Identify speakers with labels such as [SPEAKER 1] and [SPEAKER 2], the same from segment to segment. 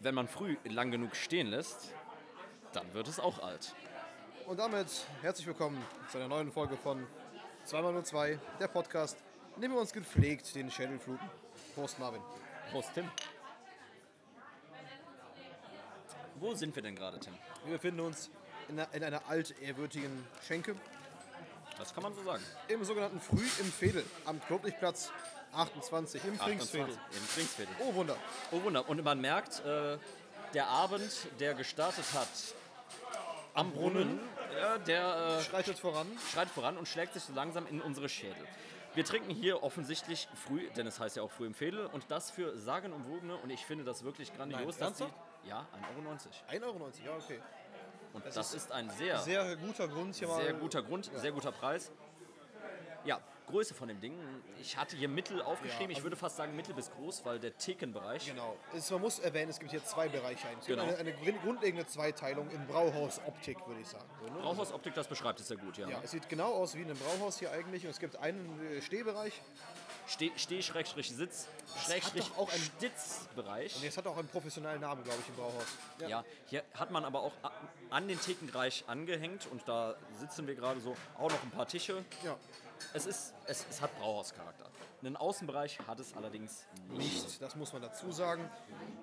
[SPEAKER 1] wenn man früh lang genug stehen lässt, dann wird es auch alt.
[SPEAKER 2] Und damit herzlich willkommen zu einer neuen Folge von 2x02, der Podcast. Nehmen wir uns gepflegt den Schädel fluten. Prost, Marvin.
[SPEAKER 1] Prost, Tim. Wo sind wir denn gerade, Tim?
[SPEAKER 2] Wir befinden uns in einer, in einer altehrwürdigen Schenke
[SPEAKER 1] Das kann man so sagen.
[SPEAKER 2] im sogenannten Früh im Fädel am Klotlichtplatz 28 im Pfingstfädel.
[SPEAKER 1] 28 Im Pfingstfädel.
[SPEAKER 2] Oh Wunder.
[SPEAKER 1] Oh Wunder. Und man merkt, äh, der Abend, der gestartet hat am Brunnen, ja, der äh,
[SPEAKER 2] Schreitet voran.
[SPEAKER 1] schreit voran und schlägt sich so langsam in unsere Schädel. Wir trinken hier offensichtlich früh, denn es heißt ja auch früh im Fädel, und das für sagenumwobene, und ich finde das wirklich grandios. dass
[SPEAKER 2] ernsthaft?
[SPEAKER 1] die- ja, 1,90 Euro.
[SPEAKER 2] 1,90 Euro, ja okay.
[SPEAKER 1] Und das, ist ein sehr, sehr,
[SPEAKER 2] Sehr guter Grund hier mal.
[SPEAKER 1] guter Grund, sehr guter Preis. Ja, Größe von dem Ding. Ich hatte hier Mittel aufgeschrieben.
[SPEAKER 2] Ja, also
[SPEAKER 1] ich würde fast sagen Mittel bis groß, weil der Thekenbereich.
[SPEAKER 2] Genau. Es, man muss erwähnen, es gibt hier zwei Bereiche eigentlich. Es gibt
[SPEAKER 1] Genau.
[SPEAKER 2] eine, eine grund- grundlegende Zweiteilung in Brauhausoptik, würde ich sagen.
[SPEAKER 1] Brauchhausoptik, das beschreibt es ja gut, ja.
[SPEAKER 2] Ja, es sieht genau aus wie in einem Brauhaus hier eigentlich. Und es gibt einen äh, Stehbereich.
[SPEAKER 1] Steh, Steh, Schrägstrich, Sitz, Schrägstrich,
[SPEAKER 2] doch auch ein-
[SPEAKER 1] Stitzbereich.
[SPEAKER 2] Es hat auch einen professionellen Namen, glaube ich, im Brauhaus.
[SPEAKER 1] Ja. hier hat man aber auch a- an den Thekenbereich angehängt und da sitzen wir gerade so auch noch ein paar Tische.
[SPEAKER 2] Ja.
[SPEAKER 1] Es, ist, es, es hat Brauhauscharakter. Einen Außenbereich hat es allerdings nicht.
[SPEAKER 2] Nicht, das muss man dazu sagen.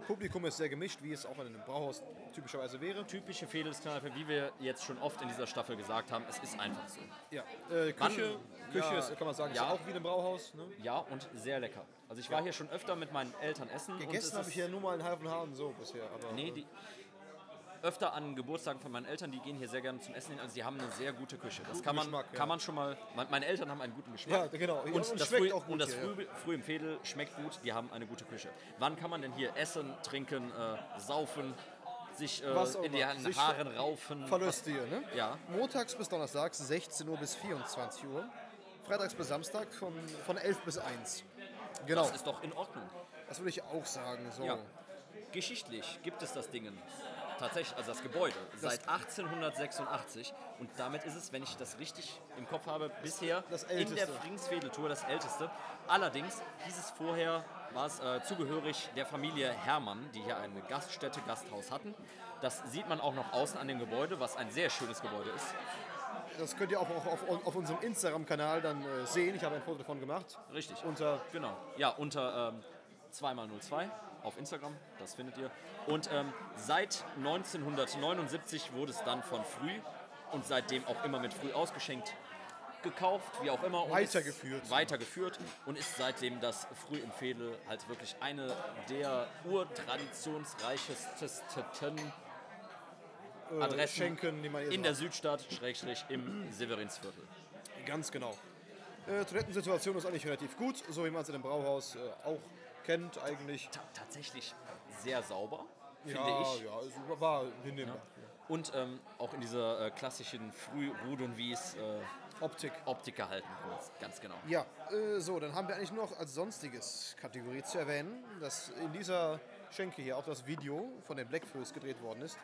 [SPEAKER 2] Publikum ist sehr gemischt, wie es auch in einem Brauhaus typischerweise wäre.
[SPEAKER 1] Typische Fädelskneipe, wie wir jetzt schon oft in dieser Staffel gesagt haben, es ist einfach so.
[SPEAKER 2] Ja. Äh, Küche,
[SPEAKER 1] Wann-
[SPEAKER 2] Küche
[SPEAKER 1] ja.
[SPEAKER 2] ist, kann man sagen,
[SPEAKER 1] Ja.
[SPEAKER 2] ist auch wie in einem Brauhaus. Ne?
[SPEAKER 1] Ja, und sehr lecker. Also ich war hier schon öfter mit meinen Eltern essen. und es
[SPEAKER 2] Gegessen habe
[SPEAKER 1] ist-
[SPEAKER 2] ich ja nur mal einen halben Hahn so bisher. Aber
[SPEAKER 1] Nee, die öfter an Geburtstagen von meinen Eltern, die gehen hier sehr gerne zum Essen hin. Also die haben eine sehr gute Küche. Das kann man,
[SPEAKER 2] Geschmack, ja.
[SPEAKER 1] kann man schon mal. mein- Meine Eltern haben einen guten Geschmack.
[SPEAKER 2] Ja, genau.
[SPEAKER 1] Und,
[SPEAKER 2] Ja, und
[SPEAKER 1] das,
[SPEAKER 2] schmeckt
[SPEAKER 1] früh,
[SPEAKER 2] auch gut
[SPEAKER 1] und das
[SPEAKER 2] hier, ja.
[SPEAKER 1] früh, früh im Fädel schmeckt gut. Die haben eine gute Küche. Wann kann man denn hier essen, trinken, äh, saufen, sich äh,
[SPEAKER 2] Was auch
[SPEAKER 1] in die
[SPEAKER 2] immer.
[SPEAKER 1] Haaren
[SPEAKER 2] Sich ver-
[SPEAKER 1] raufen?
[SPEAKER 2] Verlust dir, ne?
[SPEAKER 1] Ja.
[SPEAKER 2] Montags bis Donnerstags 16 Uhr bis 24 Uhr. Freitags bis Samstag von, von 11 bis 1. Genau,
[SPEAKER 1] Das
[SPEAKER 2] das,
[SPEAKER 1] ist doch in Ordnung.
[SPEAKER 2] würde ich auch sagen. So.
[SPEAKER 1] Ja. Geschichtlich gibt es das Dingen tatsächlich, also das Gebäude, seit 1886 und damit ist es, wenn ich das richtig im Kopf habe, bisher
[SPEAKER 2] Das
[SPEAKER 1] in der
[SPEAKER 2] Älteste.
[SPEAKER 1] Fringsfädeltour das älteste. Allerdings hieß es vorher, war es äh, zugehörig der Familie Hermann, die hier eine Gaststätte, Gasthaus hatten. Das sieht man auch noch außen an dem Gebäude, was ein sehr schönes Gebäude ist.
[SPEAKER 2] Das könnt ihr auch auf, auf, auf unserem Instagram-Kanal dann äh, sehen. Ich habe ein Foto davon gemacht.
[SPEAKER 1] Richtig.
[SPEAKER 2] Unter
[SPEAKER 1] Genau. Ja, unter ähm, 2x02 auf Instagram, das findet ihr. Und ähm, seit 1979 wurde es dann von früh und seitdem auch immer mit früh ausgeschenkt gekauft, wie auch immer. Und ist
[SPEAKER 2] Weitergeführt.
[SPEAKER 1] Weitergeführt und ist seitdem das Früh im Fädel halt wirklich eine der urtraditionsreichestesten
[SPEAKER 2] äh,
[SPEAKER 1] Adressen
[SPEAKER 2] Schenken, die man hier
[SPEAKER 1] in
[SPEAKER 2] so
[SPEAKER 1] der Südstadt, Schrägstrich im Severinsviertel.
[SPEAKER 2] hat. Ganz genau. Äh, Toilettensituation ist eigentlich relativ gut, so wie man es in einem Brauhaus äh, auch kennt eigentlich.
[SPEAKER 1] Ta tatsächlich sehr sauber, finde
[SPEAKER 2] ja,
[SPEAKER 1] ich.
[SPEAKER 2] ja, es war hinnehmbar.
[SPEAKER 1] Und ähm, auch in dieser äh, klassischen Früh-Rudonwies äh,
[SPEAKER 2] Optik.
[SPEAKER 1] Optik gehalten, kurz, ganz genau.
[SPEAKER 2] Ja, äh, so, dann haben wir eigentlich nur noch als sonstiges Kategorie zu erwähnen, dass in dieser Schenke hier auch das Video von den Blackfoes gedreht worden ist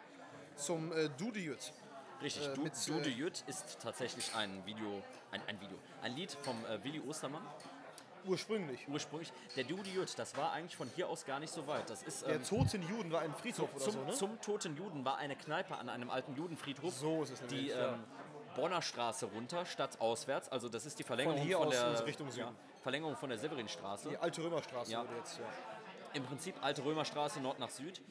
[SPEAKER 2] zum äh, Dudiut.
[SPEAKER 1] Richtig, du,
[SPEAKER 2] mit,
[SPEAKER 1] du
[SPEAKER 2] äh,
[SPEAKER 1] de Jüt ist tatsächlich ein Video, ein, ein Video, ein Lied vom äh, Willi Ostermann
[SPEAKER 2] Ursprünglich.
[SPEAKER 1] ursprünglich. Der Du de Jüt, das war eigentlich von hier aus gar nicht so weit. Das ist
[SPEAKER 2] Der
[SPEAKER 1] ähm,
[SPEAKER 2] Toten Juden war ein Friedhof oder
[SPEAKER 1] zum,
[SPEAKER 2] so, ne?
[SPEAKER 1] zum Toten Juden war eine Kneipe an einem alten Judenfriedhof.
[SPEAKER 2] So ist es nämlich,
[SPEAKER 1] Die
[SPEAKER 2] ja.
[SPEAKER 1] ähm, Bonner Straße runter, stadtauswärts. Also das ist die Verlängerung
[SPEAKER 2] hier aus
[SPEAKER 1] der
[SPEAKER 2] in Richtung Süden.
[SPEAKER 1] Verlängerung von der Severinstraße.
[SPEAKER 2] Die alte Römerstraße
[SPEAKER 1] Ja.
[SPEAKER 2] wurde jetzt, ja.
[SPEAKER 1] im Prinzip alte Römerstraße Nord nach Süd,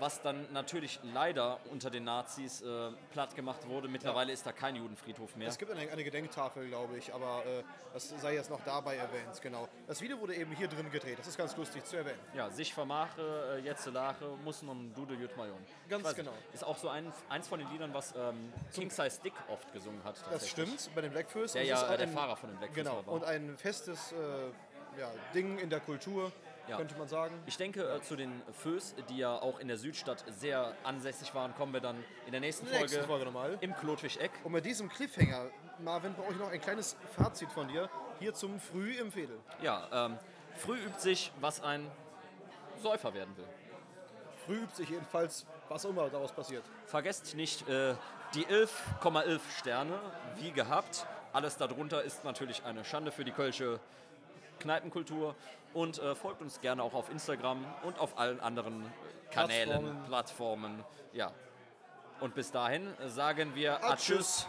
[SPEAKER 1] was dann natürlich leider unter den Nazis äh, platt gemacht wurde. Mittlerweile ist da kein Judenfriedhof mehr.
[SPEAKER 2] Es gibt eine, eine Gedenktafel, glaube ich, aber äh, das sei jetzt noch dabei erwähnt, genau. Das Video wurde eben hier drin gedreht, das ist ganz lustig zu erwähnen.
[SPEAKER 1] Ja, sich vermache, äh, jetzt lache, muss man Dude Jüt Mayon.
[SPEAKER 2] Ganz
[SPEAKER 1] Weiß ich.
[SPEAKER 2] genau.
[SPEAKER 1] Ist auch so ein, eins von den Liedern, was ähm, King Size Dick oft gesungen hat.
[SPEAKER 2] Das
[SPEAKER 1] tatsächlich.
[SPEAKER 2] stimmt, bei den Blackfoes.
[SPEAKER 1] Der
[SPEAKER 2] Und es
[SPEAKER 1] ja,
[SPEAKER 2] ist auch
[SPEAKER 1] äh, der Fahrer von den Blackfoes
[SPEAKER 2] Genau,
[SPEAKER 1] war.
[SPEAKER 2] und ein festes äh, ja, Ding in der Kultur,
[SPEAKER 1] Ja.
[SPEAKER 2] könnte man sagen.
[SPEAKER 1] Ich denke, äh, zu den Föß, die ja auch in der Südstadt sehr ansässig waren, kommen wir dann in der nächsten
[SPEAKER 2] In der
[SPEAKER 1] Folge,
[SPEAKER 2] nächsten Folge nochmal.
[SPEAKER 1] im Klotwig-Eck.
[SPEAKER 2] Und mit diesem Cliffhanger, Marvin, brauche ich noch ein kleines Fazit von dir hier zum Früh im Fädel.
[SPEAKER 1] Ja, ähm, früh übt sich, was ein Säufer werden will.
[SPEAKER 2] Früh übt sich jedenfalls, was auch immer daraus passiert.
[SPEAKER 1] Vergesst nicht äh, die 11,11 Sterne, wie gehabt. Alles darunter ist natürlich eine Schande für die Kölsche Kneipenkultur und äh, folgt uns gerne auch auf Instagram und auf allen anderen äh, Kanälen, Plattformen.
[SPEAKER 2] Plattformen.
[SPEAKER 1] Ja. Und bis dahin sagen wir Atschüss.
[SPEAKER 2] Tschüss.